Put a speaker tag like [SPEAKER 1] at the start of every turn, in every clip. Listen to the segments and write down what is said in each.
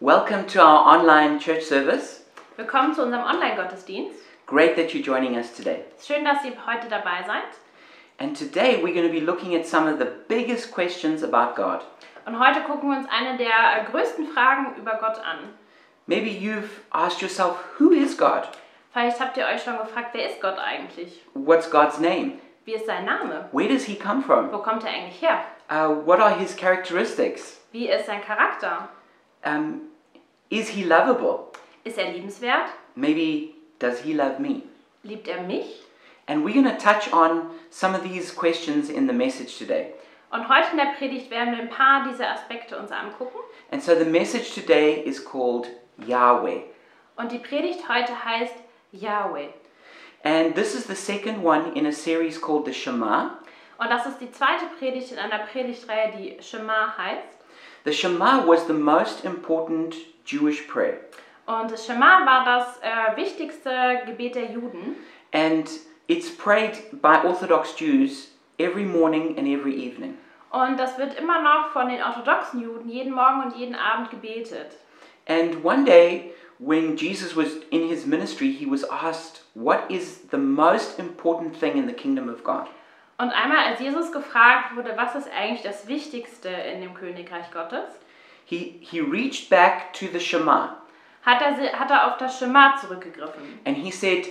[SPEAKER 1] Welcome to our online church service.
[SPEAKER 2] Willkommen zu unserem Online-Gottesdienst.
[SPEAKER 1] Great that you're joining us today.
[SPEAKER 2] Schön, dass ihr heute dabei seid.
[SPEAKER 1] And today we're going to be looking at some of the biggest questions about God.
[SPEAKER 2] Und heute gucken wir uns eine der äh, größten Fragen über Gott an.
[SPEAKER 1] Maybe you've asked yourself, who is God?
[SPEAKER 2] Vielleicht habt ihr euch schon gefragt, wer ist Gott eigentlich?
[SPEAKER 1] What's God's name?
[SPEAKER 2] Wie ist sein Name?
[SPEAKER 1] Where does he come from?
[SPEAKER 2] Wo kommt er eigentlich her?
[SPEAKER 1] Uh, what are his characteristics?
[SPEAKER 2] Wie ist sein Charakter?
[SPEAKER 1] Um, is he lovable?
[SPEAKER 2] Ist er liebenswert?
[SPEAKER 1] Maybe does he love me?
[SPEAKER 2] Liebt er mich?
[SPEAKER 1] And we're going to touch on some of these questions in the message today.
[SPEAKER 2] Und heute in der Predigt werden wir ein paar dieser Aspekte uns angucken.
[SPEAKER 1] And so the message today is called Yahweh.
[SPEAKER 2] Und die Predigt heute heißt Yahweh.
[SPEAKER 1] And this is the second one in a series called the Shema.
[SPEAKER 2] Und das ist die zweite Predigt in einer Predigtreihe, die Shema heißt.
[SPEAKER 1] The Shema was the most important Jewish prayer.
[SPEAKER 2] Und das Shema war das äh, wichtigste Gebet der Juden.
[SPEAKER 1] And it's prayed by Orthodox Jews every morning and every evening.
[SPEAKER 2] Und das wird immer noch von den orthodoxen Juden jeden Morgen und jeden Abend gebetet.
[SPEAKER 1] And one day, when Jesus was in his ministry, he was asked, What is the most important thing in the kingdom of God?
[SPEAKER 2] Und einmal, als Jesus gefragt wurde, was ist eigentlich das Wichtigste in dem Königreich Gottes,
[SPEAKER 1] He, he reached back to the Shema
[SPEAKER 2] hat er, si- hat er auf das Schema zurückgegriffen.
[SPEAKER 1] and he said,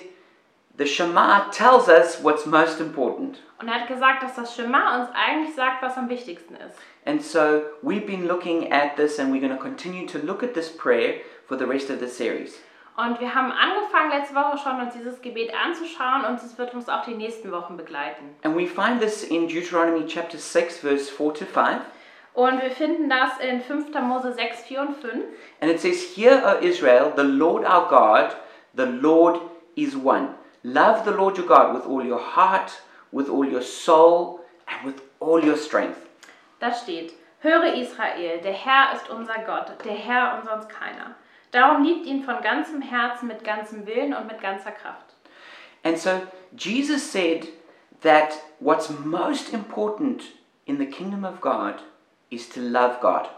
[SPEAKER 1] The Shema tells us what's most important.
[SPEAKER 2] Und er hat gesagt, dass das Schema uns eigentlich sagt, was am wichtigsten ist.
[SPEAKER 1] And so we've been looking at this and we're going to continue to look at this prayer for the rest of the series.
[SPEAKER 2] Und wir haben angefangen, letzte Woche schon uns dieses Gebet anzuschauen und es wird uns auch die nächsten Wochen begleiten.
[SPEAKER 1] And we find this in Deuteronomy chapter 6, verse 4 to 5.
[SPEAKER 2] Und wir finden das in 5. Mose 6, 4 und 5.
[SPEAKER 1] And it says, Hear, O Israel, the Lord our God, the Lord is one. Love the Lord your God with all your heart, with all your soul, and with all your strength.
[SPEAKER 2] Da steht, höre Israel, der Herr ist unser Gott, der Herr und sonst keiner. Darum liebt ihn von ganzem Herzen, mit ganzem Willen und mit ganzer Kraft.
[SPEAKER 1] And so Jesus said that what's most important in the kingdom of God is to love God.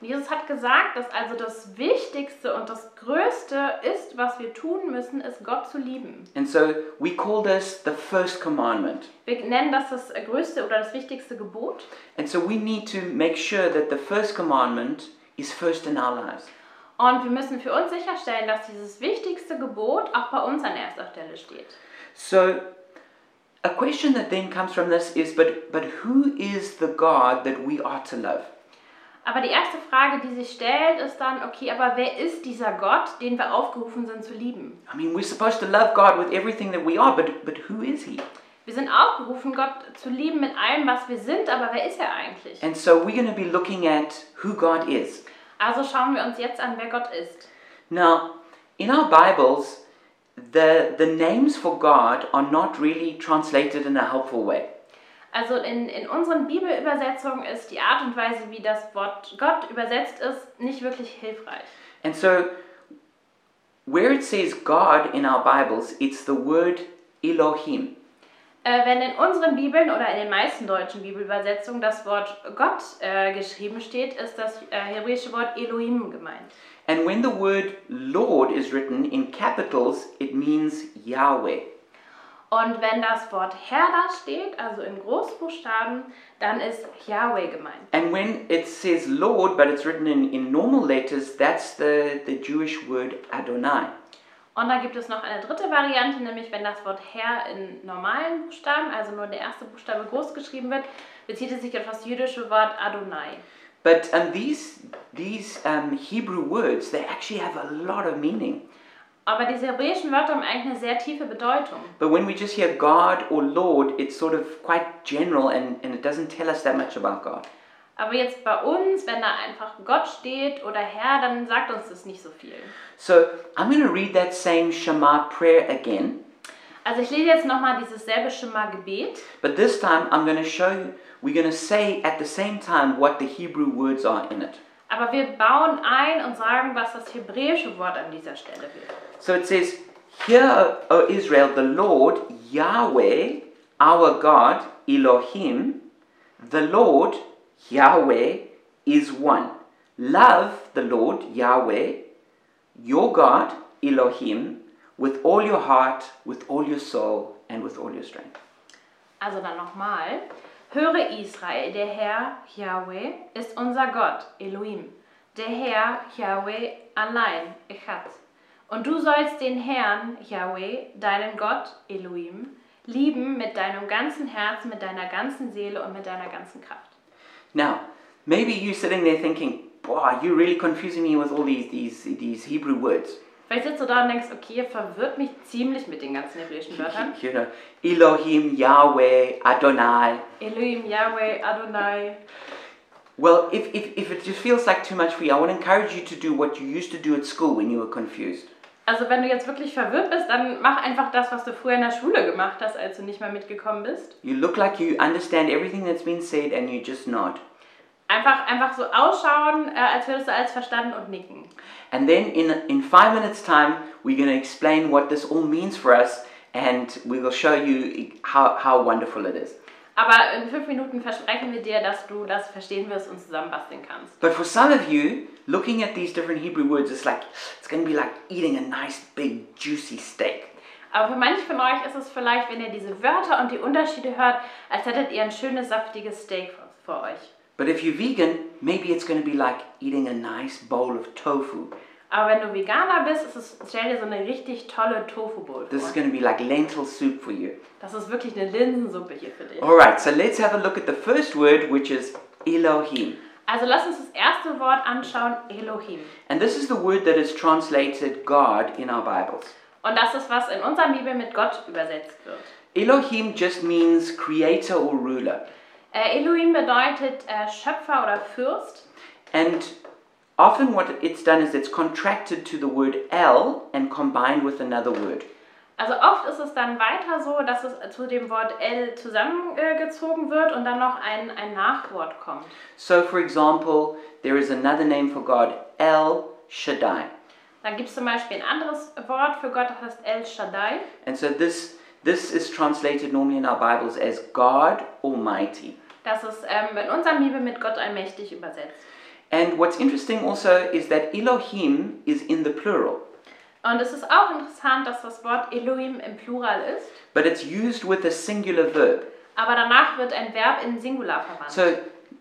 [SPEAKER 2] Und Jesus hat gesagt, dass also das Wichtigste und das Größte ist, was wir tun müssen, ist Gott zu lieben.
[SPEAKER 1] And so we call this the first commandment.
[SPEAKER 2] Wir nennen das das größte oder das wichtigste Gebot.
[SPEAKER 1] And so we need to make sure that the first commandment is first in our lives.
[SPEAKER 2] Und wir müssen für uns sicherstellen, dass dieses wichtigste Gebot auch bei uns an erster Stelle steht.
[SPEAKER 1] So a question that then comes from this is but but who is the God that we are to love?
[SPEAKER 2] Aber die erste Frage, die sich stellt, ist dann, okay, aber wer ist dieser Gott, den wir aufgerufen sind zu lieben?
[SPEAKER 1] I mean, we're supposed to love God with everything that we are, but but who is he?
[SPEAKER 2] Wir sind aufgerufen, Gott zu lieben mit allem, was wir sind, aber wer ist er eigentlich?
[SPEAKER 1] And so we're going to be looking at who God is.
[SPEAKER 2] Also schauen wir uns jetzt an, wer Gott ist.
[SPEAKER 1] Now, in our Bibles, the the names for God are not really translated in a helpful way.
[SPEAKER 2] Also in, in unseren Bibelübersetzungen ist die Art und Weise, wie das Wort Gott übersetzt ist, nicht wirklich hilfreich.
[SPEAKER 1] And so, where it says God in our Bibles, it's the word Elohim.
[SPEAKER 2] Äh, wenn in unseren Bibeln oder in den meisten deutschen Bibelübersetzungen das Wort Gott äh, geschrieben steht, ist das äh, hebräische Wort Elohim gemeint.
[SPEAKER 1] And when the word Lord is written in capitals, it means Yahweh.
[SPEAKER 2] Und wenn das Wort Herr da steht, also in Großbuchstaben, dann ist Yahweh gemeint.
[SPEAKER 1] And when it says Lord, but it's written in, in normal letters, that's the, the Jewish word Adonai.
[SPEAKER 2] Und dann gibt es noch eine dritte Variante, nämlich wenn das Wort Herr in normalen Buchstaben, also nur der erste Buchstabe groß geschrieben wird, bezieht es sich auf das jüdische Wort Adonai.
[SPEAKER 1] But um, these, these um, Hebrew words, they actually have a lot of meaning.
[SPEAKER 2] Aber diese hebräischen Wörter haben eigentlich eine sehr tiefe Bedeutung.
[SPEAKER 1] But when we just hear God or Lord, it's sort of quite general and, and it doesn't tell us that much about God.
[SPEAKER 2] Aber jetzt bei uns, wenn da einfach Gott steht oder Herr, dann sagt uns das nicht so viel.
[SPEAKER 1] So I'm going to read that same Shema prayer again.
[SPEAKER 2] Also ich lese jetzt nochmal dieses selbe Schema-Gebet.
[SPEAKER 1] But this time I'm going to show you, we're going to say at the same time what the Hebrew words are in it.
[SPEAKER 2] Aber wir bauen ein und sagen, was das hebräische Wort an dieser Stelle wäre.
[SPEAKER 1] So it says, Hear, O Israel, the Lord Yahweh, our God, Elohim, the Lord Yahweh is one. Love the Lord Yahweh, your God, Elohim, with all your heart, with all your soul, and with all your strength.
[SPEAKER 2] Also dann nochmal. Höre Israel, der Herr Yahweh ist unser Gott, Elohim. Der Herr Yahweh allein, Echad. Und du sollst den Herrn Yahweh, deinen Gott, Elohim, lieben mit deinem ganzen Herz, mit deiner ganzen Seele und mit deiner ganzen Kraft.
[SPEAKER 1] Now, maybe you're sitting there thinking, boy, you're really confusing me with all these, these, these Hebrew words.
[SPEAKER 2] Vielleicht sitzt du da und denkst, okay, ihr verwirrt mich ziemlich mit den ganzen hebräischen Wörtern.
[SPEAKER 1] You know, Elohim, Yahweh, Adonai.
[SPEAKER 2] Elohim, Yahweh, Adonai.
[SPEAKER 1] Well, if, if, if it just feels like too much for you, I want to encourage you to do what you used to do at school when you were confused.
[SPEAKER 2] Also wenn du jetzt wirklich verwirrt bist, dann mach einfach das, was du früher in der Schule gemacht hast, als du nicht mehr mitgekommen bist.
[SPEAKER 1] You look like you understand everything that's been said and you just nod.
[SPEAKER 2] Einfach, einfach so ausschauen, äh, als würdest du alles verstanden und nicken.
[SPEAKER 1] And then in, in five minutes' time, we're going to explain what this all means for us and we will show you how, how wonderful it is.
[SPEAKER 2] Aber in fünf Minuten versprechen wir dir, dass du das verstehen wirst und zusammenbasteln kannst.
[SPEAKER 1] But for some of you, looking at these different Hebrew words, it's like it's going to be like eating a nice big juicy steak.
[SPEAKER 2] Aber für manche von euch ist es vielleicht, wenn ihr diese Wörter und die Unterschiede hört, als hättet ihr ein schönes, saftiges Steak vor euch.
[SPEAKER 1] But if you're vegan, maybe it's going to be like eating a nice bowl of tofu.
[SPEAKER 2] Aber wenn du Veganer bist, ist es, stell dir so eine richtig tolle Tofu-Bowl
[SPEAKER 1] This is
[SPEAKER 2] vor.
[SPEAKER 1] going to be like lentil soup for you.
[SPEAKER 2] Das ist wirklich eine Linsensuppe hier für dich.
[SPEAKER 1] All right, so let's have a look at the first word, which is Elohim.
[SPEAKER 2] Also lass uns das erste Wort anschauen, Elohim.
[SPEAKER 1] And this is the word that is translated God in our Bibles.
[SPEAKER 2] Und das ist, was in unserer Bibel mit Gott übersetzt wird.
[SPEAKER 1] Elohim just means creator or ruler.
[SPEAKER 2] Äh, Elohim bedeutet äh, Schöpfer oder Fürst.
[SPEAKER 1] And often what it's done is it's contracted to the word El and combined with another word.
[SPEAKER 2] Also oft ist es dann weiter so, dass es zu dem Wort El zusammengezogen wird und dann noch ein, ein Nachwort kommt.
[SPEAKER 1] So, for example, there is another name for God, El Shaddai.
[SPEAKER 2] Dann gibt es zum Beispiel ein anderes Wort für Gott, das heißt El Shaddai.
[SPEAKER 1] And so this, this is translated normally in our Bibles as God Almighty.
[SPEAKER 2] Das ist ähm, in unserer Bibel mit Gott allmächtig übersetzt.
[SPEAKER 1] And what's interesting also is that Elohim is in the plural,
[SPEAKER 2] Und es ist auch interessant, dass das Wort Elohim im Plural ist,
[SPEAKER 1] but it's used with a singular verb.
[SPEAKER 2] aber danach wird ein Verb in Singular verwandt.
[SPEAKER 1] So,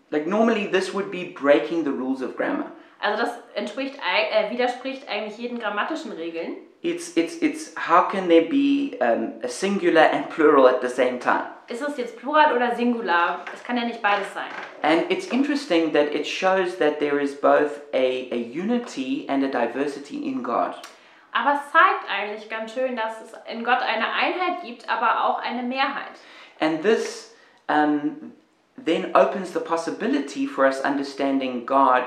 [SPEAKER 1] like normally, this would be breaking the rules of grammar.
[SPEAKER 2] Also das entspricht, ei- äh, widerspricht eigentlich jeden grammatischen Regeln.
[SPEAKER 1] It's, it's, it's how can there be um, a singular and plural at the same time?
[SPEAKER 2] Ist es jetzt Plural oder Singular? Es kann ja nicht beides sein.
[SPEAKER 1] And it's interesting that it shows that there is both a, a unity and a diversity in God.
[SPEAKER 2] Aber es zeigt eigentlich ganz schön, dass es in Gott eine Einheit gibt, aber auch eine Mehrheit.
[SPEAKER 1] And this um, then opens the possibility for us understanding God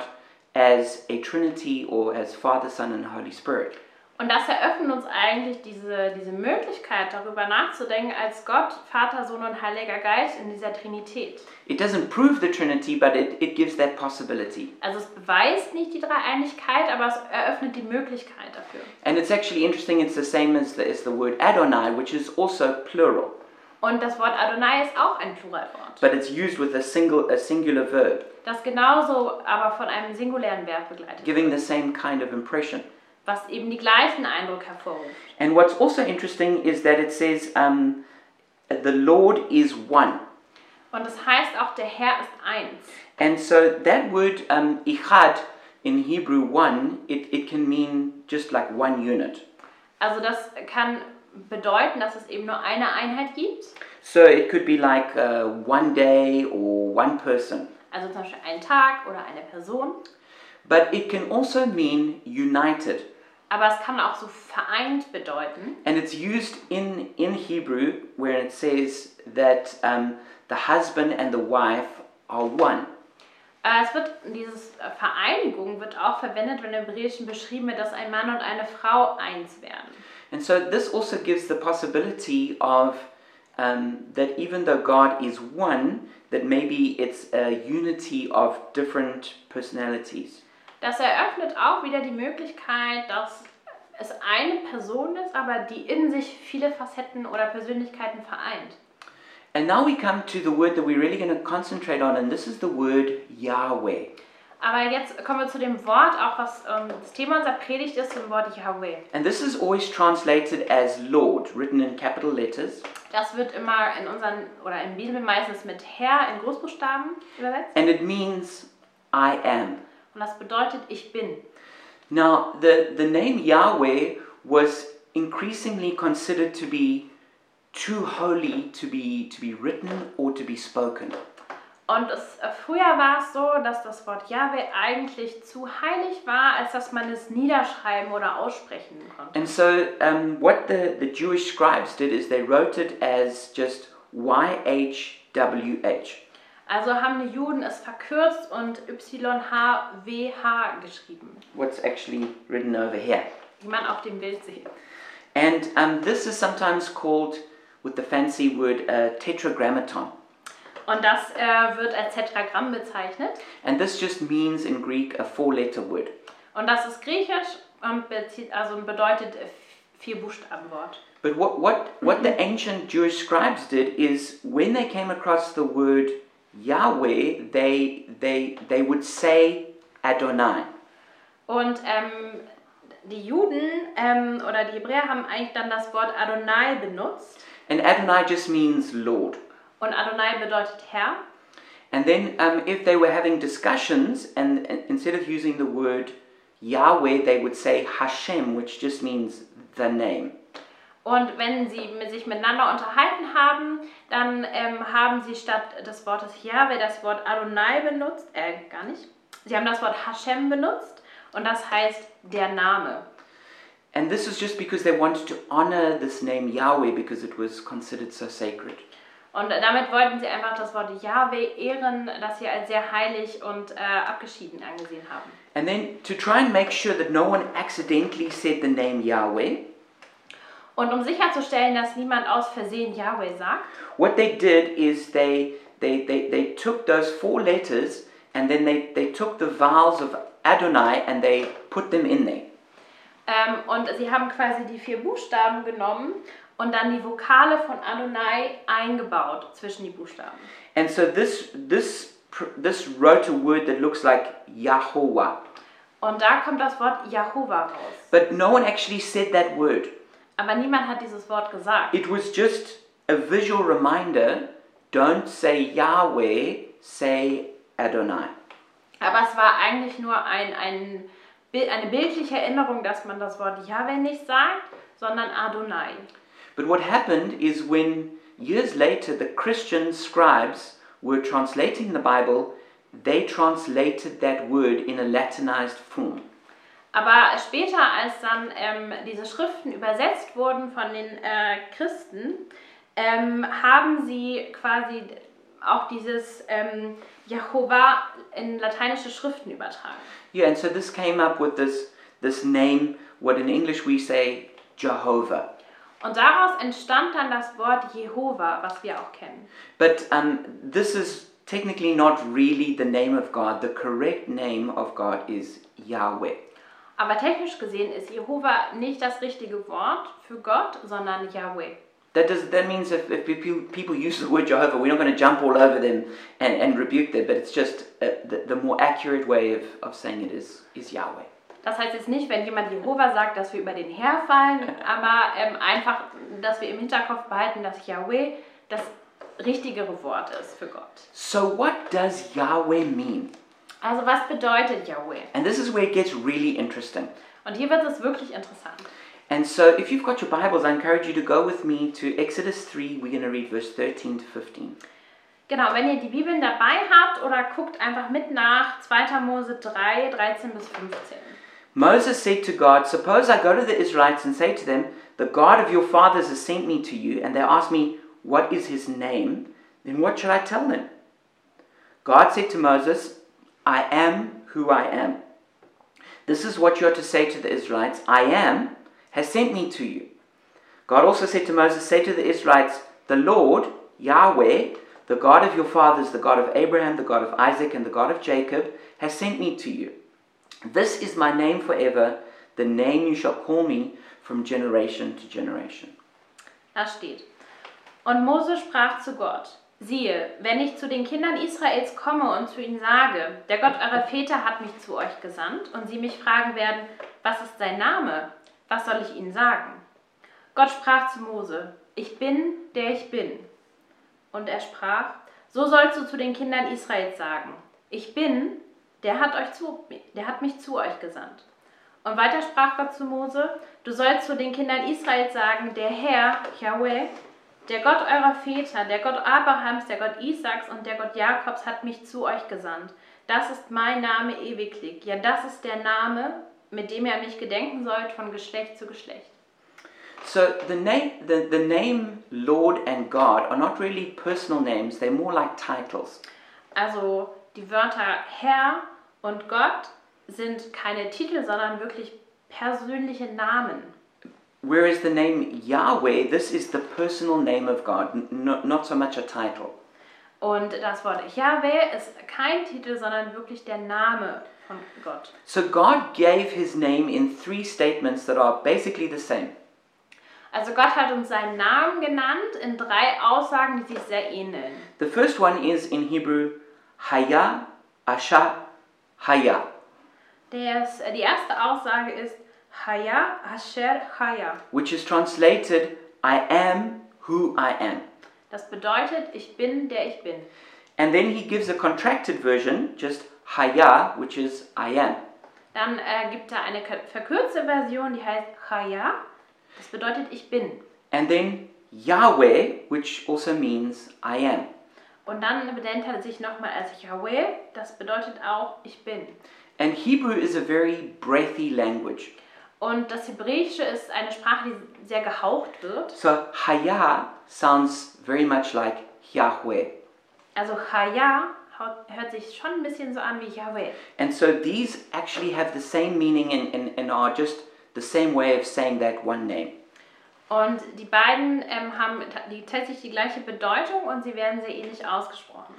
[SPEAKER 1] as a Trinity or as Father, Son, and Holy Spirit.
[SPEAKER 2] Und das eröffnet uns eigentlich diese, diese Möglichkeit, darüber nachzudenken, als Gott, Vater, Sohn und Heiliger Geist in dieser Trinität.
[SPEAKER 1] It doesn't prove the Trinity, but it, it gives that possibility.
[SPEAKER 2] Also es beweist nicht die Dreieinigkeit, aber es eröffnet die Möglichkeit dafür.
[SPEAKER 1] And it's actually interesting, it's the same as the, as the word Adonai, which is also plural,
[SPEAKER 2] Und das Wort Adonai ist auch ein Pluralwort,
[SPEAKER 1] but it's used with a, single, a singular verb,
[SPEAKER 2] das genauso aber von einem singulären Verb begleitet wird,
[SPEAKER 1] giving the same kind of impression.
[SPEAKER 2] was eben die gleichen Eindruck hervorruft.
[SPEAKER 1] And what's also interesting is that it says, um, the Lord is one.
[SPEAKER 2] Und es heißt auch, der Herr ist eins.
[SPEAKER 1] And so that word um, ichad in Hebrew one, it, it can mean just like one unit.
[SPEAKER 2] Also das kann bedeuten, dass es eben nur eine Einheit gibt.
[SPEAKER 1] So it could be like uh, one day or one person.
[SPEAKER 2] Also zum Beispiel einen Tag oder eine Person.
[SPEAKER 1] But it can also mean united.
[SPEAKER 2] Aber es kann auch so vereint bedeuten.
[SPEAKER 1] And it's used in, in Hebrew where it says that um, the husband and the wife are one.
[SPEAKER 2] Äh, Es wird, dieses äh, Vereinigung wird auch verwendet, wenn im Hebräischen beschrieben wird, dass ein Mann und eine Frau eins werden.
[SPEAKER 1] And so this also gives the possibility of um, that even though God is one, that maybe it's a unity of different personalities.
[SPEAKER 2] Das eröffnet auch wieder die Möglichkeit, dass es eine Person ist, aber die in sich viele Facetten oder Persönlichkeiten vereint.
[SPEAKER 1] And now we come to the word that we're really going to concentrate on, and this is the word Yahweh.
[SPEAKER 2] Aber jetzt kommen wir zu dem Wort, auch was ähm, das Thema unserer Predigt ist, zum Wort Yahweh.
[SPEAKER 1] And this is always translated as Lord, written in capital letters.
[SPEAKER 2] Das wird immer in unseren oder in Bibel meistens mit Herr in Großbuchstaben übersetzt.
[SPEAKER 1] And it means I am.
[SPEAKER 2] Und das bedeutet ich bin.
[SPEAKER 1] Now, the, the name Yahweh was increasingly considered to be too holy to be, to be written or to be spoken.
[SPEAKER 2] Und es, äh, früher war es so, dass das Wort Yahweh eigentlich zu heilig war, als dass man es niederschreiben oder aussprechen konnte.
[SPEAKER 1] And so, um, what the, the Jewish scribes did is they wrote it as just YHWH.
[SPEAKER 2] Also haben die Juden es verkürzt und YHWH geschrieben,
[SPEAKER 1] What's actually written over here.
[SPEAKER 2] wie man auf dem Bild sieht.
[SPEAKER 1] And um, this is sometimes called, with the fancy word, uh, tetragrammaton.
[SPEAKER 2] Und das äh, wird als Tetragramm bezeichnet.
[SPEAKER 1] And this just means in Greek a four letter word.
[SPEAKER 2] Und das ist griechisch und bezieht, also bedeutet äh, vier Buchstabenwort.
[SPEAKER 1] But what, what, what the ancient Jewish scribes did is when they came across the word Yahweh, they, they, they would say Adonai.
[SPEAKER 2] Und ähm, die Juden ähm, oder die Hebräer haben eigentlich dann das Wort Adonai benutzt.
[SPEAKER 1] And Adonai just means Lord.
[SPEAKER 2] Und Adonai bedeutet Herr.
[SPEAKER 1] And then um, if they were having discussions, and, and instead of using the word Yahweh, they would say Hashem, which just means the name.
[SPEAKER 2] Und wenn sie mit- sich miteinander unterhalten haben, dann ähm, haben sie statt des Wortes Jahwe das Wort Adonai benutzt. Äh, gar nicht. Sie haben das Wort Hashem benutzt und das heißt der Name.
[SPEAKER 1] And this is just because they wanted to honor this name Yahweh because it was considered so sacred.
[SPEAKER 2] Und damit wollten sie einfach das Wort Jahwe ehren, das sie als sehr heilig und äh, abgeschieden angesehen haben.
[SPEAKER 1] And then to try and make sure that no one accidentally said the name Yahweh,
[SPEAKER 2] Und um sicherzustellen, dass niemand aus Versehen Jahwe sagt,
[SPEAKER 1] what they did is they they, they, they took those four letters and then they, they took the vowels of Adonai and they put them in there.
[SPEAKER 2] Ähm, und sie haben quasi die vier Buchstaben genommen und dann die Vokale von Adonai eingebaut zwischen die Buchstaben.
[SPEAKER 1] And so this this pr- this wrote a word that looks like Yahuwah.
[SPEAKER 2] Und da kommt das Wort Jehova raus.
[SPEAKER 1] But no one actually said that word.
[SPEAKER 2] Aber niemand hat dieses Wort gesagt.
[SPEAKER 1] It was just a visual reminder, don't say Yahweh, say Adonai.
[SPEAKER 2] Aber es war eigentlich nur ein, ein, Bi- eine bildliche Erinnerung, dass man das Wort Jahwe nicht sagt, sondern Adonai.
[SPEAKER 1] But what happened is when years later the Christian scribes were translating the Bible, they translated that word in a Latinized form.
[SPEAKER 2] Aber später, als dann ähm, diese Schriften übersetzt wurden von den äh, Christen, ähm, haben sie quasi auch dieses ähm, Jehova in lateinische Schriften übertragen.
[SPEAKER 1] Yeah, and so this came up with this this name, what in English we say Jehovah.
[SPEAKER 2] Und daraus entstand dann das Wort Jehova, was wir auch kennen.
[SPEAKER 1] But um, this is technically not really the name of God. The correct name of God is Yahweh.
[SPEAKER 2] Aber technisch gesehen ist Jehova nicht das richtige Wort für Gott, sondern Yahweh.
[SPEAKER 1] That, does, that means if, if people, people use the word Jehovah, we're not going to jump all over them and, and rebuke them, but it's just uh, the, the more accurate way of, of saying it is, is Yahweh.
[SPEAKER 2] Das heißt jetzt nicht, wenn jemand Jehova sagt, dass wir über den herfallen, aber ähm, einfach, dass wir im Hinterkopf behalten, dass Yahweh das richtigere Wort ist für Gott.
[SPEAKER 1] So, what does Yahweh mean?
[SPEAKER 2] Also was bedeutet Yahweh?
[SPEAKER 1] And this is where it gets really interesting.
[SPEAKER 2] Und hier wird es wirklich interessant.
[SPEAKER 1] And so, if you've got your Bibles, I encourage you to go with me to Exodus 3. We're going to read verse 13 to 15.
[SPEAKER 2] Genau, wenn ihr die Bibeln dabei habt oder guckt einfach mit nach 2. Mose 3, 13 bis 15.
[SPEAKER 1] Moses said to God, Suppose I go to the Israelites and say to them, The God of your fathers has sent me to you, and they ask me, What is his name? Then what shall I tell them? God said to Moses, I am who I am. This is what you are to say to the Israelites I am has sent me to you. God also said to Moses, Say to the Israelites, The Lord, Yahweh, the God of your fathers, the God of Abraham, the God of Isaac, and the God of Jacob, has sent me to you. This is my name forever, the name you shall call me from generation to generation.
[SPEAKER 2] Da steht. Und Mose sprach zu Gott: Siehe, wenn ich zu den Kindern Israels komme und zu ihnen sage, der Gott eurer Väter hat mich zu euch gesandt, und sie mich fragen werden, was ist sein Name? Was soll ich ihnen sagen? Gott sprach zu Mose, ich bin, der ich bin. Und er sprach, so sollst du zu den Kindern Israels sagen, ich bin, der hat, euch zu, der hat mich zu euch gesandt. Und weiter sprach Gott zu Mose, du sollst zu den Kindern Israels sagen, der Herr, Yahweh, der Gott eurer Väter, der Gott Abrahams, der Gott Isaaks und der Gott Jakobs hat mich zu euch gesandt. Das ist mein Name ewiglich. Ja, das ist der Name, mit dem ihr an mich gedenken sollt von Geschlecht zu Geschlecht.
[SPEAKER 1] So the name, the, the name Lord and God are not really personal names, they're more like titles.
[SPEAKER 2] Also die Wörter Herr und Gott sind keine Titel, sondern wirklich persönliche Namen.
[SPEAKER 1] Whereas the name Yahweh, this is the personal name of God, n- not- not so much a title.
[SPEAKER 2] Und das Wort Yahweh ist kein Titel, sondern wirklich der Name von Gott.
[SPEAKER 1] So God gave his name in three statements that are basically the same.
[SPEAKER 2] Also Gott hat uns seinen Namen genannt in drei Aussagen, die sich sehr ähneln.
[SPEAKER 1] The first one is in Hebrew, Haya, Asha, Haya,
[SPEAKER 2] Das, äh, die erste Aussage ist Haya Asher Haya.
[SPEAKER 1] which is translated, I am who I am.
[SPEAKER 2] Das bedeutet, ich bin, der ich bin.
[SPEAKER 1] And then he gives a contracted version, just Haya, which is I am.
[SPEAKER 2] Dann äh, gibt er eine k- verkürzte Version, die heißt Haya. Das bedeutet, ich bin.
[SPEAKER 1] And then Yahweh, which also means I am.
[SPEAKER 2] Und dann benennt er sich nochmal als Yahweh. Das bedeutet auch, ich bin.
[SPEAKER 1] And Hebrew is a very breathy language.
[SPEAKER 2] Und das Hebräische ist eine Sprache, die sehr gehaucht wird.
[SPEAKER 1] So Haya sounds very much like Yahweh.
[SPEAKER 2] Also Haya haut- hört sich schon ein bisschen so an wie Yahweh.
[SPEAKER 1] And so these actually have the same meaning and, and, and are just the same way of saying that one name.
[SPEAKER 2] Und die beiden ähm, haben ta- die, tatsächlich die gleiche Bedeutung und sie werden sehr ähnlich ausgesprochen.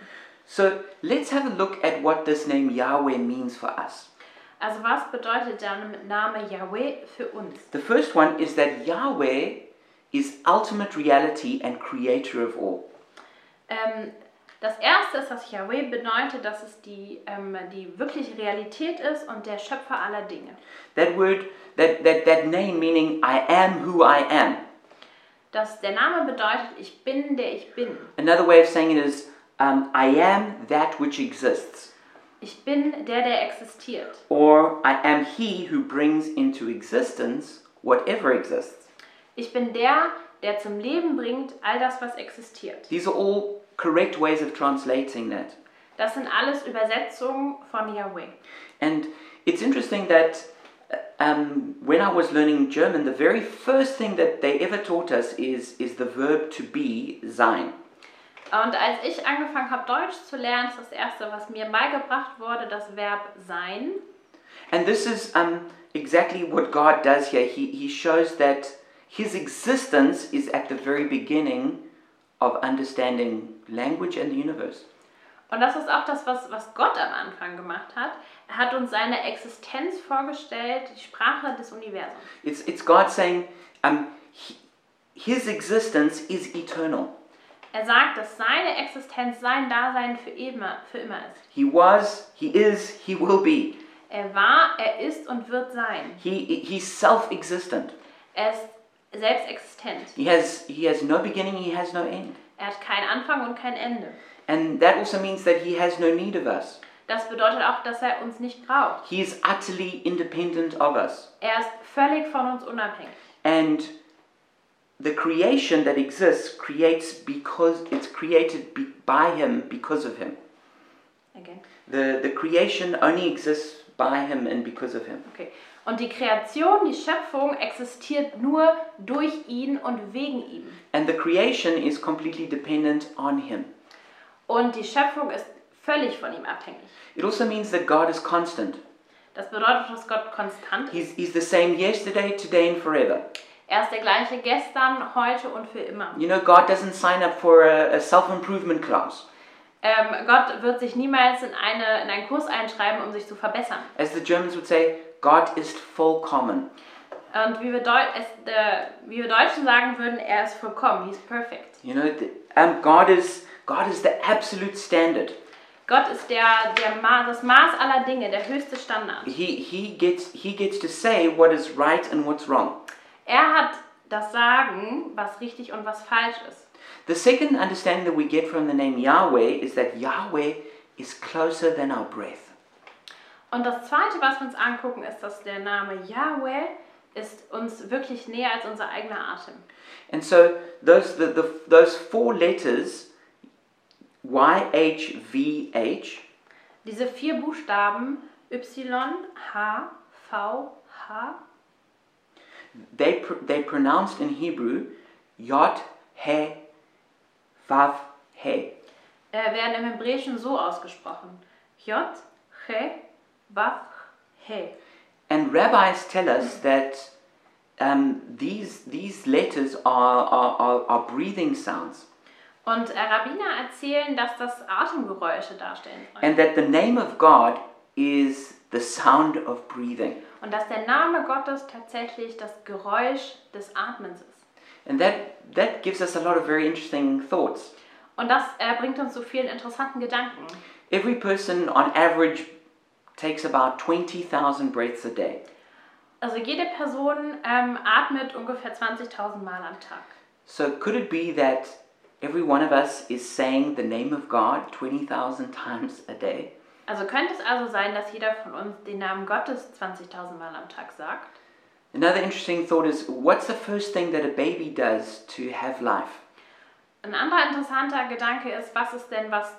[SPEAKER 1] So let's have a look at what this name Yahweh means for us.
[SPEAKER 2] Also was bedeutet der Name Yahweh für uns?
[SPEAKER 1] The first one is that Yahweh is ultimate reality and creator of all.
[SPEAKER 2] Ähm, das erste ist, dass Yahweh bedeutet, dass es die, ähm, die wirkliche Realität ist und der Schöpfer aller Dinge.
[SPEAKER 1] That word, that, that, that name meaning I am who I am.
[SPEAKER 2] Dass der Name bedeutet, ich bin, der ich bin.
[SPEAKER 1] Another way of saying it is um, I am that which exists,
[SPEAKER 2] Ich bin der, der existiert.
[SPEAKER 1] or I am he who brings into existence whatever exists.
[SPEAKER 2] Ich bin der, der zum Leben bringt all das, was existiert.
[SPEAKER 1] These are all correct ways of translating that.
[SPEAKER 2] Das sind alles Übersetzungen von Yahweh.
[SPEAKER 1] And it's interesting that um, when I was learning German, the very first thing that they ever taught us is, is the verb to be, sein.
[SPEAKER 2] Und als ich angefangen habe, Deutsch zu lernen, ist das Erste, was mir beigebracht wurde, das Verb sein.
[SPEAKER 1] And this is um, exactly what God does here. He, he shows that his existence is at the very beginning of understanding language and the universe.
[SPEAKER 2] Und das ist auch das, was, was Gott am Anfang gemacht hat. Er hat uns seine Existenz vorgestellt, die Sprache des Universums.
[SPEAKER 1] It's, it's God saying, um, he- his existence is eternal.
[SPEAKER 2] Er sagt, dass seine Existenz, sein Dasein für immer, für immer ist.
[SPEAKER 1] He was, he is, he will be.
[SPEAKER 2] Er war, er ist und wird sein.
[SPEAKER 1] He, he's self existent.
[SPEAKER 2] Er ist selbst existent.
[SPEAKER 1] He has, he has no beginning, he has no end.
[SPEAKER 2] Er hat keinen Anfang und kein Ende.
[SPEAKER 1] And that also means that he has no need of us.
[SPEAKER 2] Das bedeutet auch, dass er uns nicht braucht.
[SPEAKER 1] He is utterly independent of us.
[SPEAKER 2] Er ist völlig von uns unabhängig.
[SPEAKER 1] And the creation that exists creates because it's created be, by him because of him.
[SPEAKER 2] Again.
[SPEAKER 1] The, the creation only exists by him and because of him.
[SPEAKER 2] Okay. Und die Kreation, die Schöpfung existiert nur durch ihn und wegen ihm.
[SPEAKER 1] And the creation is completely dependent on him.
[SPEAKER 2] Und die Schöpfung ist völlig von ihm abhängig.
[SPEAKER 1] It also means that God is constant.
[SPEAKER 2] Das bedeutet, dass Gott konstant ist.
[SPEAKER 1] He's, he's the same yesterday, today, and forever.
[SPEAKER 2] Er ist der gleiche gestern, heute und für immer.
[SPEAKER 1] You know, God doesn't sign up for a, a self improvement class.
[SPEAKER 2] Ähm, Gott wird sich niemals in, eine, in einen Kurs einschreiben, um sich zu verbessern.
[SPEAKER 1] As the Germans would say, Gott ist vollkommen.
[SPEAKER 2] Und wie wir, Deu es, äh, wie wir Deutschen sagen würden, er ist vollkommen. He's perfect.
[SPEAKER 1] You know, th- um, God is God is the absolute standard.
[SPEAKER 2] Gott ist der, der Ma das Maß aller Dinge, der höchste Standard.
[SPEAKER 1] He, he, gets, he gets to say what is right and what's wrong.
[SPEAKER 2] Er hat das Sagen, was richtig und was falsch ist.
[SPEAKER 1] The second understanding that we get from the name Yahweh is that Yahweh is closer than our breath.
[SPEAKER 2] Und das Zweite, was wir uns angucken, ist, dass der Name Yahweh ist uns wirklich näher als unser eigener Atem.
[SPEAKER 1] And so those, the, the, those four letters, YHVH,
[SPEAKER 2] Diese vier Buchstaben Y, H, V, H,
[SPEAKER 1] they, pr- they pronounced in Hebrew Yod He Vav He.
[SPEAKER 2] äh, werden im Hebräischen so ausgesprochen. J, He, Waf, He.
[SPEAKER 1] And rabbis tell us that um, these, these letters are, are, are, are breathing sounds
[SPEAKER 2] Und äh, Rabbiner erzählen, dass das Atemgeräusche darstellen sollen.
[SPEAKER 1] and that the name of God is the sound of breathing.
[SPEAKER 2] Und dass der Name Gottes tatsächlich das Geräusch des Atmens ist.
[SPEAKER 1] And that, that gives us a lot of very interesting thoughts.
[SPEAKER 2] Und das äh, bringt uns zu vielen interessanten Gedanken.
[SPEAKER 1] Every person on average takes about 20,000 breaths a day.
[SPEAKER 2] Also jede Person ähm, atmet ungefähr 20.000 Mal am Tag.
[SPEAKER 1] So could it be that every one of us is saying the name of God 20,000 times a day?
[SPEAKER 2] Also könnte es also sein, dass jeder von uns den Namen Gottes 20.000 Mal am Tag sagt.
[SPEAKER 1] Another interesting thought is what's the first thing that a baby does to have life?
[SPEAKER 2] Ein anderer interessanter Gedanke ist, was ist denn was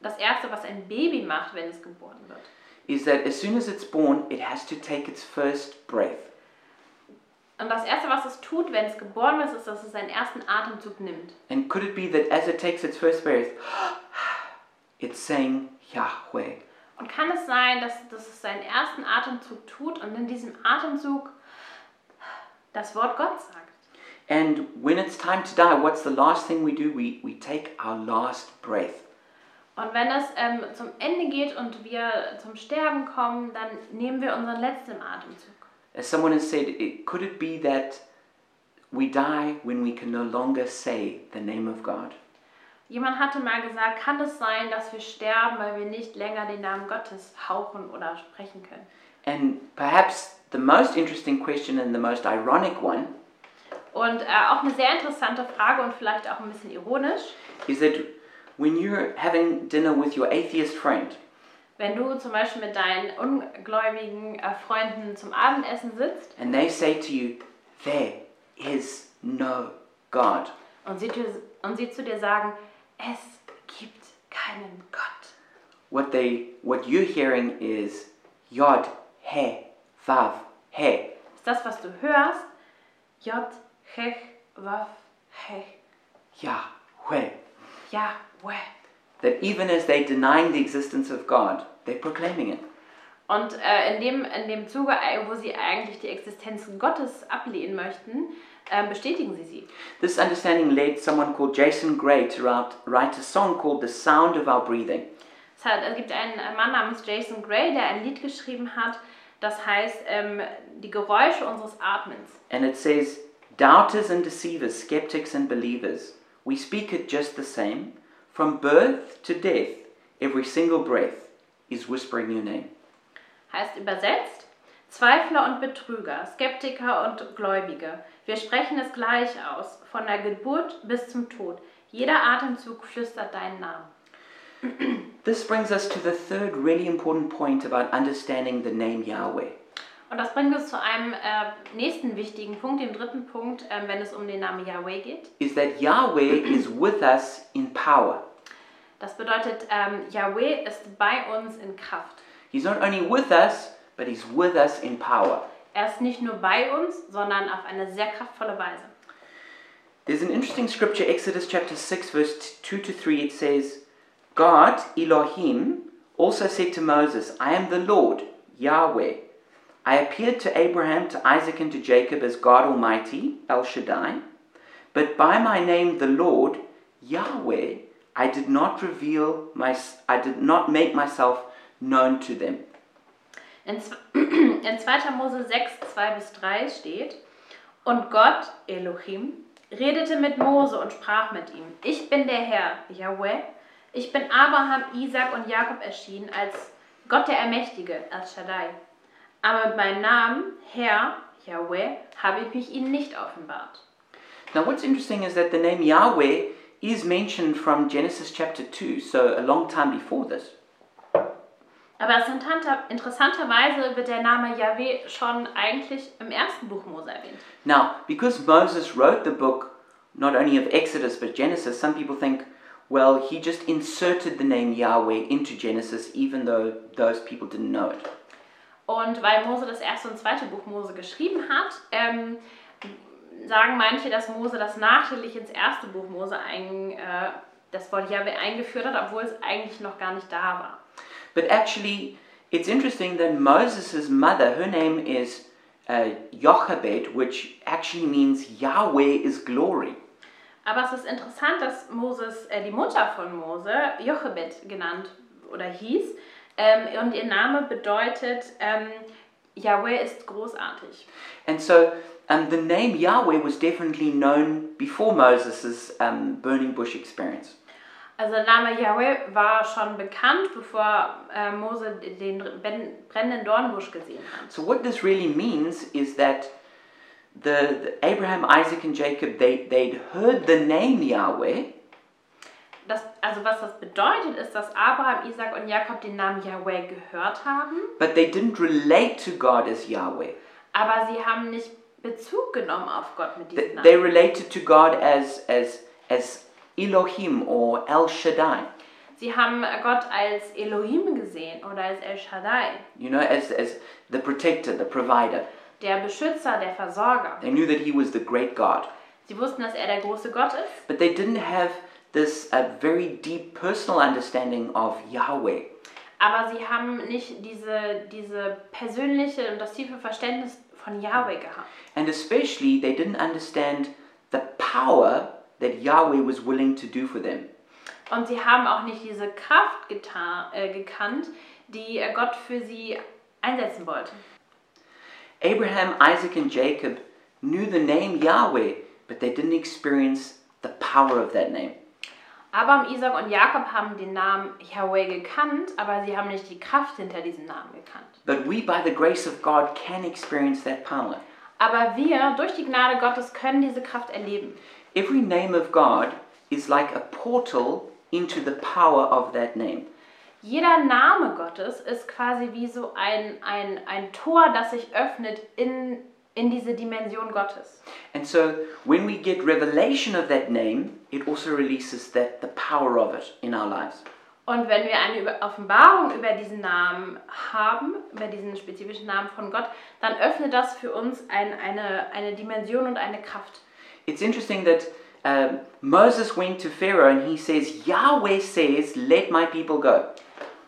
[SPEAKER 2] das erste, was ein Baby macht, wenn es geboren wird?
[SPEAKER 1] Is that as soon as it's born, it has to take its first breath.
[SPEAKER 2] Und das erste, was es tut, wenn es geboren ist, ist, dass es seinen ersten Atemzug nimmt.
[SPEAKER 1] And could it be that as it takes its first breath, it's saying Yahweh?
[SPEAKER 2] Und kann es sein, dass, dass es seinen ersten Atemzug tut und in diesem Atemzug das Wort Gott sagt?
[SPEAKER 1] And when it's time to die, what's the last thing we do? We, we take our last breath.
[SPEAKER 2] Und wenn es ähm, zum Ende geht und wir zum Sterben kommen, dann nehmen wir unseren letzten Atemzug.
[SPEAKER 1] As someone has said, it, could it be that we die when we can no longer say the name of God?
[SPEAKER 2] Jemand hatte mal gesagt, kann es sein, dass wir sterben, weil wir nicht länger den Namen Gottes hauchen oder sprechen können?
[SPEAKER 1] And perhaps the most interesting question and the most ironic one
[SPEAKER 2] Und äh, auch eine sehr interessante Frage und vielleicht auch ein bisschen ironisch,
[SPEAKER 1] is that when you're having dinner with your atheist friend,
[SPEAKER 2] wenn du zum Beispiel mit deinen ungläubigen äh, Freunden zum Abendessen sitzt
[SPEAKER 1] and they say to you, There is no God.
[SPEAKER 2] und sie, dir, und sie zu dir sagen, es gibt keinen Gott.
[SPEAKER 1] What, they, what you're hearing is Yod He Vav He.
[SPEAKER 2] Ist das, was du hörst? J, Hech, Waf, Hech,
[SPEAKER 1] Yahweh.
[SPEAKER 2] Yahweh.
[SPEAKER 1] That even as they're denying the existence of God, they're proclaiming it.
[SPEAKER 2] Und äh, in, dem, in dem Zuge, äh, wo sie eigentlich die Existenz Gottes ablehnen möchten, äh, bestätigen sie sie.
[SPEAKER 1] This understanding led someone called Jason Gray to write, write a song called The Sound of Our Breathing.
[SPEAKER 2] Es, hat, es gibt einen Mann namens Jason Gray, der ein Lied geschrieben hat, das heißt ähm, die Geräusche unseres Atmens.
[SPEAKER 1] And it says, Doubters and deceivers, skeptics and believers, we speak it just the same. From birth to death, every single breath is whispering your name.
[SPEAKER 2] Heißt übersetzt, Zweifler und Betrüger, Skeptiker und Gläubige. Wir sprechen es gleich aus, von der Geburt bis zum Tod. Jeder Atemzug flüstert deinen Namen.
[SPEAKER 1] This brings us to the third really important point about understanding the name Yahweh.
[SPEAKER 2] Und das bringt uns zu einem äh, nächsten wichtigen Punkt, dem dritten Punkt, ähm, wenn es um den Namen Yahweh geht.
[SPEAKER 1] Is that Yahweh is with us in power.
[SPEAKER 2] Das bedeutet, ähm, Yahweh ist bei uns in Kraft.
[SPEAKER 1] He's not only with us, but He's with us in power.
[SPEAKER 2] Er ist nicht nur bei uns, sondern auf eine sehr kraftvolle Weise.
[SPEAKER 1] There's an interesting scripture, Exodus chapter 6, verse 2 to 3. It says, God, Elohim, also said to Moses, I am the Lord, Yahweh. I appeared to Abraham, to Isaac, and to Jacob as God Almighty, El Shaddai, but by my name, the Lord, Yahweh, I did not reveal my, I did not make myself known to them.
[SPEAKER 2] In, z- in 2. Mose 6, 2 bis 3 steht, und Gott, Elohim, redete mit Mose und sprach mit ihm: Ich bin der Herr, Yahweh. Ich bin Abraham, Isaac und Jakob erschienen als Gott der Allmächtige, als Shaddai. Aber mit meinem Namen, Herr, Yahweh, habe ich mich ihnen nicht offenbart.
[SPEAKER 1] Now, what's interesting is that the name Yahweh is mentioned from Genesis chapter 2, so a long time before this.
[SPEAKER 2] Aber es ist interessanter, interessanterweise wird der Name Yahweh schon eigentlich im ersten Buch Mose erwähnt.
[SPEAKER 1] Now, because Moses wrote the book not only of Exodus but Genesis, some people think, well, he just inserted the name Yahweh into Genesis even though those people didn't know it.
[SPEAKER 2] Und weil Mose das erste und zweite Buch Mose geschrieben hat, ähm, sagen manche, dass Mose das nachträglich ins erste Buch Mose ein, äh, das Wort Yahweh eingeführt hat, obwohl es eigentlich noch gar nicht da war.
[SPEAKER 1] But actually, it's interesting that Moses' mother, her name is uh, Jochebed, which actually means Yahweh is glory.
[SPEAKER 2] Aber es ist interessant, dass Moses, äh, die Mutter von Mose, Jochebed genannt oder hieß, ähm, und ihr Name bedeutet ähm, Yahweh ist großartig.
[SPEAKER 1] And so um, the name Yahweh was definitely known before Moses' um, burning bush experience.
[SPEAKER 2] Also der Name Yahweh war schon bekannt, bevor äh, Mose den ben- brennenden Dornbusch gesehen hat.
[SPEAKER 1] So what this really means is that the, the Abraham, Isaac, and Jacob they they'd heard the name Yahweh,
[SPEAKER 2] Das, also was das bedeutet, ist, dass Abraham, Isaac und Jakob den Namen Yahweh gehört haben,
[SPEAKER 1] but they didn't relate to God as Yahweh.
[SPEAKER 2] aber sie haben nicht Bezug genommen auf Gott mit
[SPEAKER 1] They,
[SPEAKER 2] diesem
[SPEAKER 1] they
[SPEAKER 2] Namen.
[SPEAKER 1] related to God as as as Elohim or El Shaddai,
[SPEAKER 2] Sie haben Gott als Elohim gesehen oder als El Shaddai,
[SPEAKER 1] you know, as as the protector, the provider.
[SPEAKER 2] der Beschützer, der Versorger.
[SPEAKER 1] They knew that He was the great God,
[SPEAKER 2] Sie wussten, dass er der große Gott ist,
[SPEAKER 1] but they didn't have this uh, very deep personal understanding of Yahweh.
[SPEAKER 2] aber sie haben nicht diese, diese persönliche und das tiefe Verständnis von Yahweh gehabt.
[SPEAKER 1] And especially, they didn't understand the power that Yahweh was willing to do for them.
[SPEAKER 2] Und sie haben auch nicht diese Kraft getan, äh, gekannt, die äh, Gott für sie einsetzen wollte.
[SPEAKER 1] Abraham, Isaac, and Jacob knew the name Yahweh, but they didn't experience the power of that name.
[SPEAKER 2] Abraham, Isaac und Jakob haben den Namen Yahweh gekannt, aber sie haben nicht die Kraft hinter diesem Namen gekannt.
[SPEAKER 1] But we, by the grace of God, can experience that power.
[SPEAKER 2] Aber wir, durch die Gnade Gottes, können diese Kraft erleben.
[SPEAKER 1] Every name of God is like a portal into the power of that name.
[SPEAKER 2] Jeder Name Gottes ist quasi wie so ein, ein, ein Tor, das sich öffnet in, in diese Dimension Gottes.
[SPEAKER 1] And so, when we get revelation of that name, it also releases that the power of it in our lives.
[SPEAKER 2] Und wenn wir eine Über- Offenbarung über diesen Namen haben, über diesen spezifischen Namen von Gott, dann öffnet das für uns ein, eine, eine Dimension und eine Kraft.
[SPEAKER 1] It's interesting that um, Moses went to Pharaoh and he says, Yahweh says, let my people go.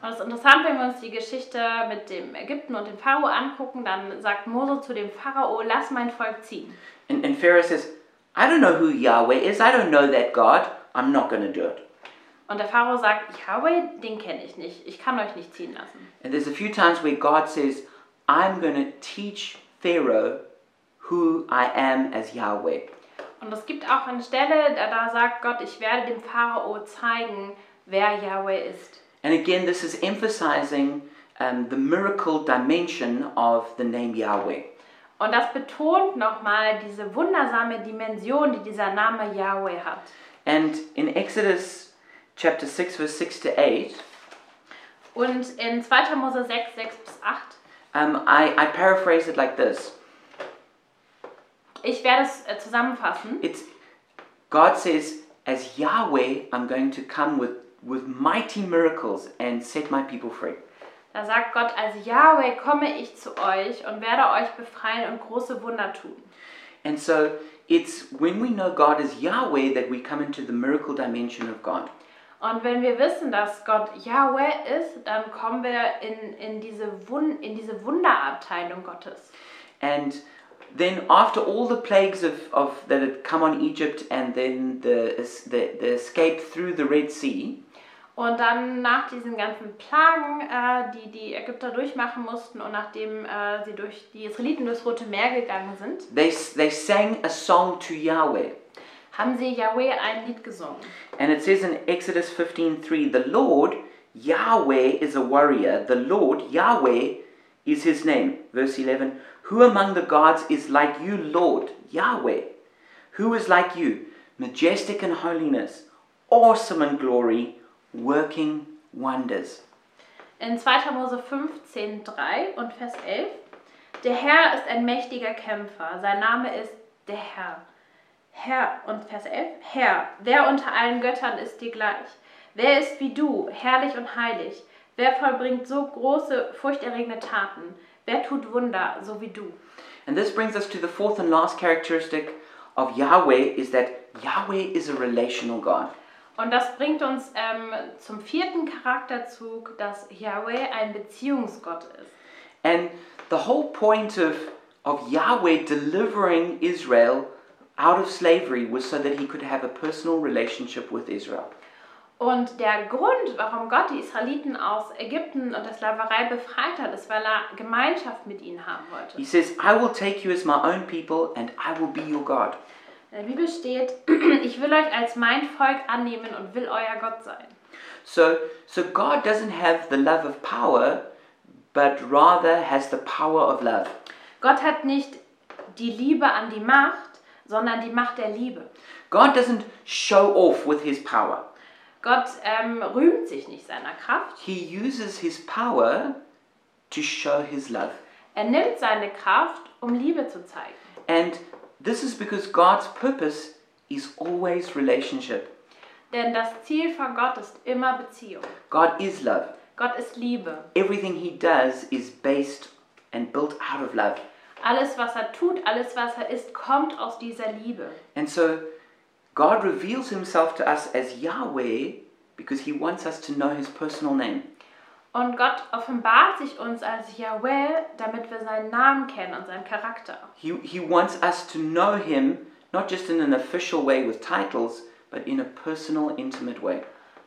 [SPEAKER 2] Und es ist interessant, wenn wir uns die Geschichte mit dem Ägypten und dem Pharao angucken, dann sagt Mose zu dem Pharao, lass mein Volk ziehen.
[SPEAKER 1] And, and Pharaoh says, I don't know who Yahweh is. I don't know that God. I'm not going to do it.
[SPEAKER 2] Und der Pharao sagt, Yahweh, den kenne ich nicht, ich kann euch nicht ziehen lassen.
[SPEAKER 1] And there's a few times where God says, I'm going to teach Pharaoh who I am as Yahweh.
[SPEAKER 2] Und es gibt auch eine Stelle, da, da sagt Gott, ich werde dem Pharao zeigen, wer Yahweh ist.
[SPEAKER 1] And again, this is emphasizing um, the miracle dimension of the name Yahweh.
[SPEAKER 2] Und das betont nochmal diese wundersame Dimension, die dieser Name Yahweh hat.
[SPEAKER 1] And in Exodus chapter 6, verse 6 to 8,
[SPEAKER 2] Und in 2. Mose 6, 6 bis 8,
[SPEAKER 1] um, I, I paraphrase it like this.
[SPEAKER 2] ich werde es äh, zusammenfassen.
[SPEAKER 1] It's God says, as Yahweh, I'm going to come with, with mighty miracles and set my people free.
[SPEAKER 2] Da sagt Gott, als Yahweh komme ich zu euch und werde euch befreien und große Wunder tun.
[SPEAKER 1] And so it's when we know God is Yahweh that we come into the miracle dimension of God.
[SPEAKER 2] Und wenn wir wissen, dass Gott Yahweh ist, dann kommen wir in, in, diese, Wun in diese Wunderabteilung Gottes.
[SPEAKER 1] And then after all the plagues of, of that had come on Egypt and then the, the, the escape through the Red Sea,
[SPEAKER 2] Und dann nach diesen ganzen Plagen, äh, die die Ägypter durchmachen mussten und nachdem äh, sie durch die Israeliten durchs Rote Meer gegangen sind,
[SPEAKER 1] they, they sang a song to Yahweh.
[SPEAKER 2] haben sie Yahweh ein Lied gesungen.
[SPEAKER 1] And it says in Exodus 15:3, "The Lord Yahweh is a warrior. The Lord Yahweh is his name." Verse 11, "Who among the gods is like you, Lord Yahweh? Who is like you, majestic in holiness, awesome in glory, working wonders?"
[SPEAKER 2] In 2. Mose 15, 3 und Vers 11. Der Herr ist ein mächtiger Kämpfer. Sein Name ist der Herr. Herr und Vers 11. Herr, wer unter allen Göttern ist dir gleich? Wer ist wie du, herrlich und heilig? Wer vollbringt so große, furchterregende Taten? Wer tut Wunder, so wie du?
[SPEAKER 1] And this brings us to the fourth and last characteristic of Yahweh is that Yahweh is a relational God.
[SPEAKER 2] Und das bringt uns ähm, zum vierten Charakterzug, dass Yahweh ein Beziehungsgott ist.
[SPEAKER 1] And the whole point of, of Yahweh delivering Israel out of slavery was so that he could have a personal relationship with Israel.
[SPEAKER 2] Und der Grund, warum Gott die Israeliten aus Ägypten und der Sklaverei befreit hat, ist, weil er Gemeinschaft mit ihnen haben wollte.
[SPEAKER 1] He says, I will take you as my own people and I will be your God.
[SPEAKER 2] In der Bibel steht, ich will euch als mein Volk annehmen und will euer Gott sein.
[SPEAKER 1] So, so God doesn't have the love of power, but rather has the power of love.
[SPEAKER 2] Gott hat nicht die Liebe an die Macht, sondern die Macht der Liebe.
[SPEAKER 1] God doesn't show off with his power.
[SPEAKER 2] Gott ähm, rühmt sich nicht seiner Kraft.
[SPEAKER 1] He uses his power to show his love.
[SPEAKER 2] Er nimmt seine Kraft, um Liebe zu zeigen.
[SPEAKER 1] And this is because God's purpose is always relationship.
[SPEAKER 2] Denn das Ziel von Gott ist immer Beziehung.
[SPEAKER 1] God is love.
[SPEAKER 2] Gott ist Liebe.
[SPEAKER 1] Everything he does is based and built out of love.
[SPEAKER 2] Alles, was er tut, alles, was er ist, kommt aus dieser Liebe.
[SPEAKER 1] And so God reveals himself to us as Yahweh because he wants us to know his personal name.
[SPEAKER 2] Und Gott offenbart sich uns als Yahweh, damit wir seinen Namen kennen und seinen Charakter.
[SPEAKER 1] He, he wants us to know him not just in an official way with titles, but in a personal, intimate way.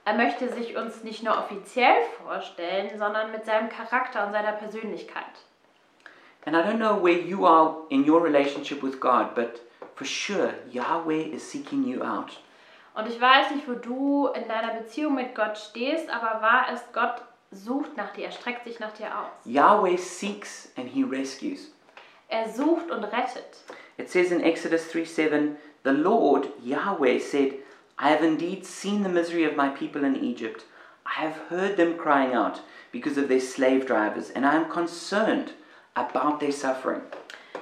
[SPEAKER 2] Er möchte sich uns nicht nur offiziell vorstellen, sondern mit seinem Charakter und seiner Persönlichkeit.
[SPEAKER 1] And I don't know where you are in your relationship with God, but for sure, Yahweh is seeking you out.
[SPEAKER 2] Und ich weiß nicht, wo du in deiner Beziehung mit Gott stehst, aber wahr ist, Gott sucht nach dir, er streckt sich nach dir aus.
[SPEAKER 1] Yahweh seeks and he rescues.
[SPEAKER 2] Er sucht und rettet.
[SPEAKER 1] It says in Exodus 3 7, the Lord Yahweh said, I have indeed seen the misery of my people in Egypt. I have heard them crying out because of their slave drivers, and I am concerned about their suffering.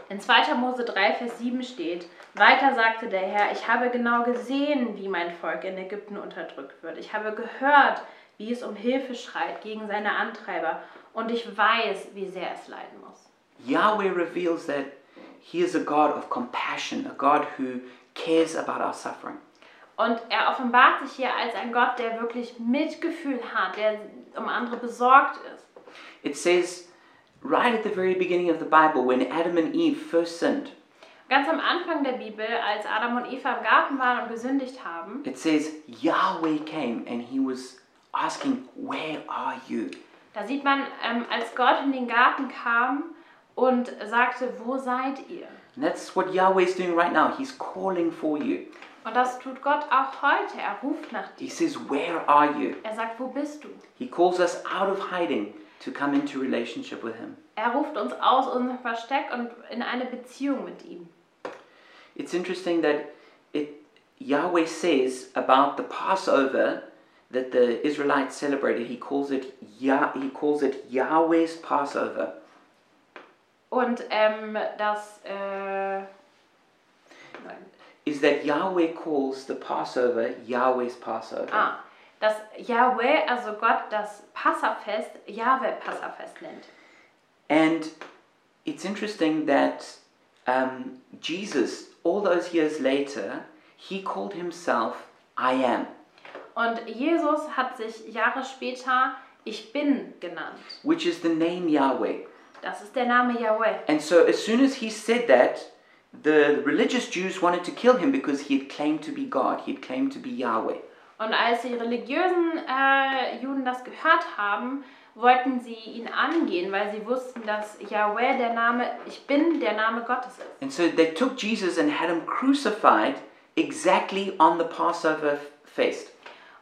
[SPEAKER 2] In 2. Mose 3, Vers 7 steht, weiter sagte der Herr, ich habe genau gesehen, wie mein Volk in Ägypten unterdrückt wird. Ich habe gehört, wie es um Hilfe schreit gegen seine Antreiber. Und ich weiß, wie sehr es leiden muss.
[SPEAKER 1] Yahweh reveals that he is a God of compassion, a God who cares about our suffering.
[SPEAKER 2] Und er offenbart sich hier als ein Gott, der wirklich Mitgefühl hat, der um andere besorgt ist.
[SPEAKER 1] It says right at the very beginning of the Bible when Adam and Eve first sinned,
[SPEAKER 2] Ganz am Anfang der Bibel, als Adam und Eva im Garten waren und gesündigt haben,
[SPEAKER 1] it says Yahweh came and he was asking, Where are you?
[SPEAKER 2] da sieht man, ähm, als Gott in den Garten kam und sagte, wo seid ihr?
[SPEAKER 1] And that's what Yahweh is doing right now. He's calling for you.
[SPEAKER 2] Und das tut Gott auch heute. Er ruft nach dir.
[SPEAKER 1] He says, Where are you?
[SPEAKER 2] Er sagt, wo bist du?
[SPEAKER 1] He calls us out of hiding to come into relationship with Him.
[SPEAKER 2] Er ruft uns aus unserem Versteck und in eine Beziehung mit ihm.
[SPEAKER 1] It's interesting that it, Yahweh says about the Passover that the Israelites celebrated. He calls it Yah, He calls it Yahweh's Passover.
[SPEAKER 2] Und ähm, das, äh, nein.
[SPEAKER 1] Is that Yahweh calls the Passover Yahweh's Passover?
[SPEAKER 2] ah, das Yahweh, also Gott, das Passafest, Yahweh-Passafest nennt.
[SPEAKER 1] And it's interesting that um, Jesus, all those years later, he called himself I am.
[SPEAKER 2] Und Jesus hat sich Jahre später Ich Bin genannt.
[SPEAKER 1] which is the name Yahweh.
[SPEAKER 2] Das ist der Name Yahweh.
[SPEAKER 1] And so, as soon as he said that, the religious Jews wanted to kill him because he had claimed to be God, he had claimed to be Yahweh.
[SPEAKER 2] Und als die religiösen äh, Juden das gehört haben, wollten sie ihn angehen, weil sie wussten, dass Yahweh der Name Ich Bin, der Name Gottes ist.
[SPEAKER 1] And so, they took Jesus and had him crucified exactly on the Passover f- feast.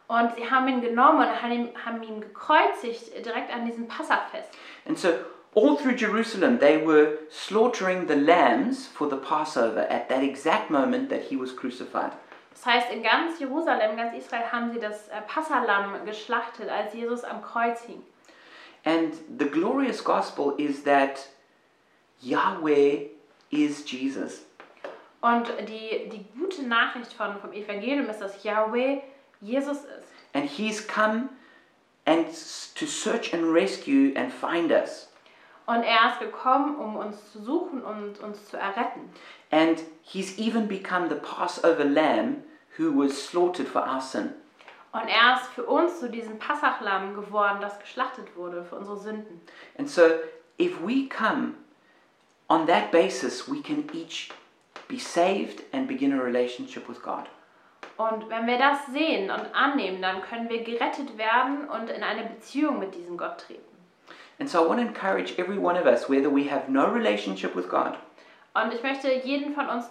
[SPEAKER 2] Und sie haben ihn genommen und haben ihn, haben ihn gekreuzigt äh, direkt an diesem Passafest.
[SPEAKER 1] And so, all through Jerusalem, they were slaughtering the lambs for the Passover at that exact moment that he was crucified.
[SPEAKER 2] Das heißt, in ganz Jerusalem, ganz Israel haben sie das äh, Passalamm geschlachtet, als Jesus am Kreuz hing.
[SPEAKER 1] And the glorious gospel is that Yahweh is Jesus.
[SPEAKER 2] Und die, die gute Nachricht von, vom Evangelium ist, dass Yahweh Jesus ist.
[SPEAKER 1] And he's come and s- to search and rescue and find us.
[SPEAKER 2] Und er ist gekommen, um uns zu suchen und uns zu erretten.
[SPEAKER 1] And he's even become the Passover lamb who was slaughtered for our sin.
[SPEAKER 2] Und er ist für uns zu diesem Passachlamm geworden, das geschlachtet wurde für unsere Sünden.
[SPEAKER 1] And so, if we come on that basis, we can each be saved and begin a relationship with God.
[SPEAKER 2] Und wenn wir das sehen und annehmen, dann können wir gerettet werden und in eine Beziehung mit diesem Gott treten.
[SPEAKER 1] And so, I want to encourage every one of us, whether we have no relationship with God,
[SPEAKER 2] Und ich möchte jeden von uns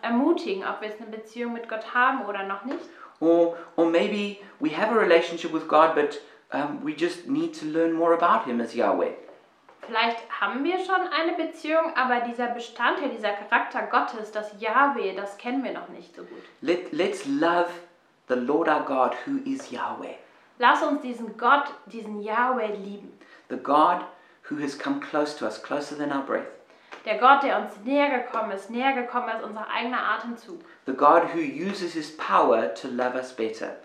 [SPEAKER 2] ermutigen, ob wir jetzt eine Beziehung mit Gott haben oder noch nicht.
[SPEAKER 1] or, or maybe we have a relationship with God, but um, we just need to learn more about Him as Yahweh.
[SPEAKER 2] Vielleicht haben wir schon eine Beziehung, aber dieser Bestandteil, dieser Charakter Gottes, das Jahwe, das kennen wir noch nicht so gut.
[SPEAKER 1] Let, let's love the Lord our God, who is Yahweh,
[SPEAKER 2] Lass uns diesen Gott, diesen Jahwe lieben.
[SPEAKER 1] the God who has come close to us, closer than our breath,
[SPEAKER 2] Der Gott, der uns näher gekommen ist, näher gekommen als unser eigener Atemzug.
[SPEAKER 1] the God who uses His power to love us better,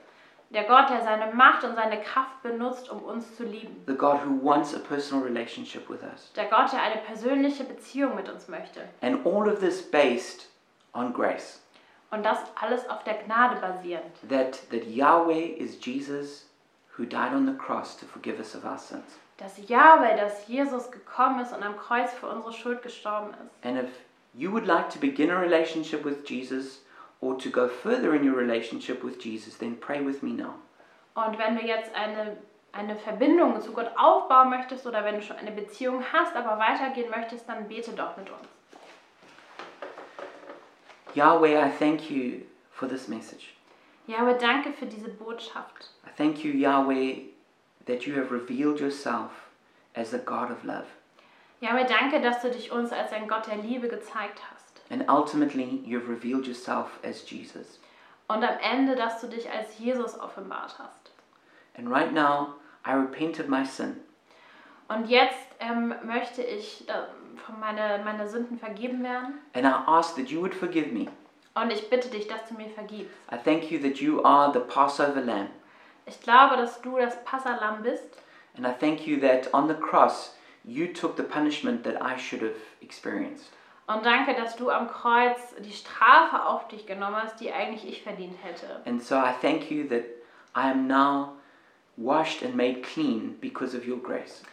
[SPEAKER 2] Der Gott, der seine Macht und seine Kraft benutzt, um uns zu lieben.
[SPEAKER 1] the God who wants a personal relationship with us.
[SPEAKER 2] Der Gott, der eine persönliche Beziehung mit uns möchte.
[SPEAKER 1] And all of this based on grace
[SPEAKER 2] Und das alles auf der Gnade basierend.
[SPEAKER 1] that, that Yahweh is Jesus who died on the cross to forgive us of our sins.
[SPEAKER 2] Das Jahwe, dass Jesus gekommen ist und am Kreuz für unsere Schuld gestorben ist.
[SPEAKER 1] And if you would like to begin a relationship with Jesus or to go further in your relationship with Jesus, then pray with me now.
[SPEAKER 2] Und wenn du jetzt eine, eine Verbindung zu Gott aufbauen möchtest oder wenn du schon eine Beziehung hast, aber weitergehen möchtest, dann bete doch mit uns.
[SPEAKER 1] Yahweh, I thank you for this message.
[SPEAKER 2] Jahwe, danke für diese Botschaft.
[SPEAKER 1] I thank you, Yahweh, that you have revealed yourself as the God of love.
[SPEAKER 2] Jahwe, danke, dass du dich uns als ein Gott der Liebe gezeigt hast.
[SPEAKER 1] And ultimately, you have revealed yourself as Jesus.
[SPEAKER 2] Und am Ende, dass du dich als Jesus offenbart hast.
[SPEAKER 1] And right now, I repent of my sin.
[SPEAKER 2] Und jetzt ähm, möchte ich ähm, von meine, meine Sünden vergeben werden.
[SPEAKER 1] And I ask that you would forgive me.
[SPEAKER 2] Und ich bitte dich, dass du mir vergibst.
[SPEAKER 1] I thank you that you are the Passover lamb.
[SPEAKER 2] Ich glaube, dass du das Passalam bist.
[SPEAKER 1] And I thank you that on the cross, you took the punishment that I should have experienced.
[SPEAKER 2] Und danke, dass du am Kreuz die Strafe auf dich genommen hast, die eigentlich ich verdient hätte.
[SPEAKER 1] And so I thank you that I am now washed and made clean because of your grace.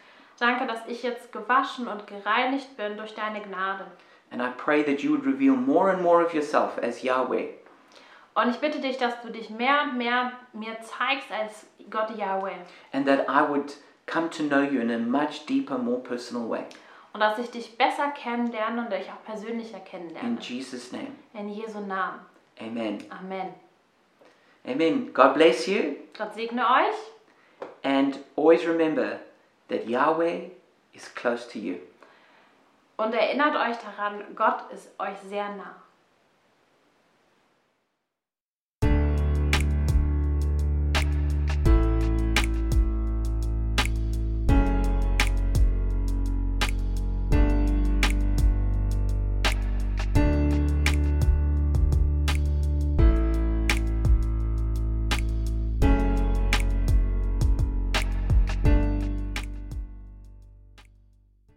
[SPEAKER 2] Danke, dass ich jetzt gewaschen und gereinigt bin durch deine Gnade.
[SPEAKER 1] And I pray that you would reveal more and more of yourself as Yahweh,
[SPEAKER 2] Und ich bitte dich, dass du dich mehr und mehr mir zeigst als Gott Yahweh.
[SPEAKER 1] and that I would come to know you in a much deeper, more personal way.
[SPEAKER 2] Und dass ich dich besser kennenlerne und dich auch persönlicher
[SPEAKER 1] In
[SPEAKER 2] kennenlerne.
[SPEAKER 1] Jesus' name,
[SPEAKER 2] In Jesu Namen.
[SPEAKER 1] amen.
[SPEAKER 2] Amen.
[SPEAKER 1] Amen. God bless you.
[SPEAKER 2] Gott segne euch
[SPEAKER 1] And always remember that Yahweh is close to you.
[SPEAKER 2] und erinnert euch daran, Gott ist euch sehr nah.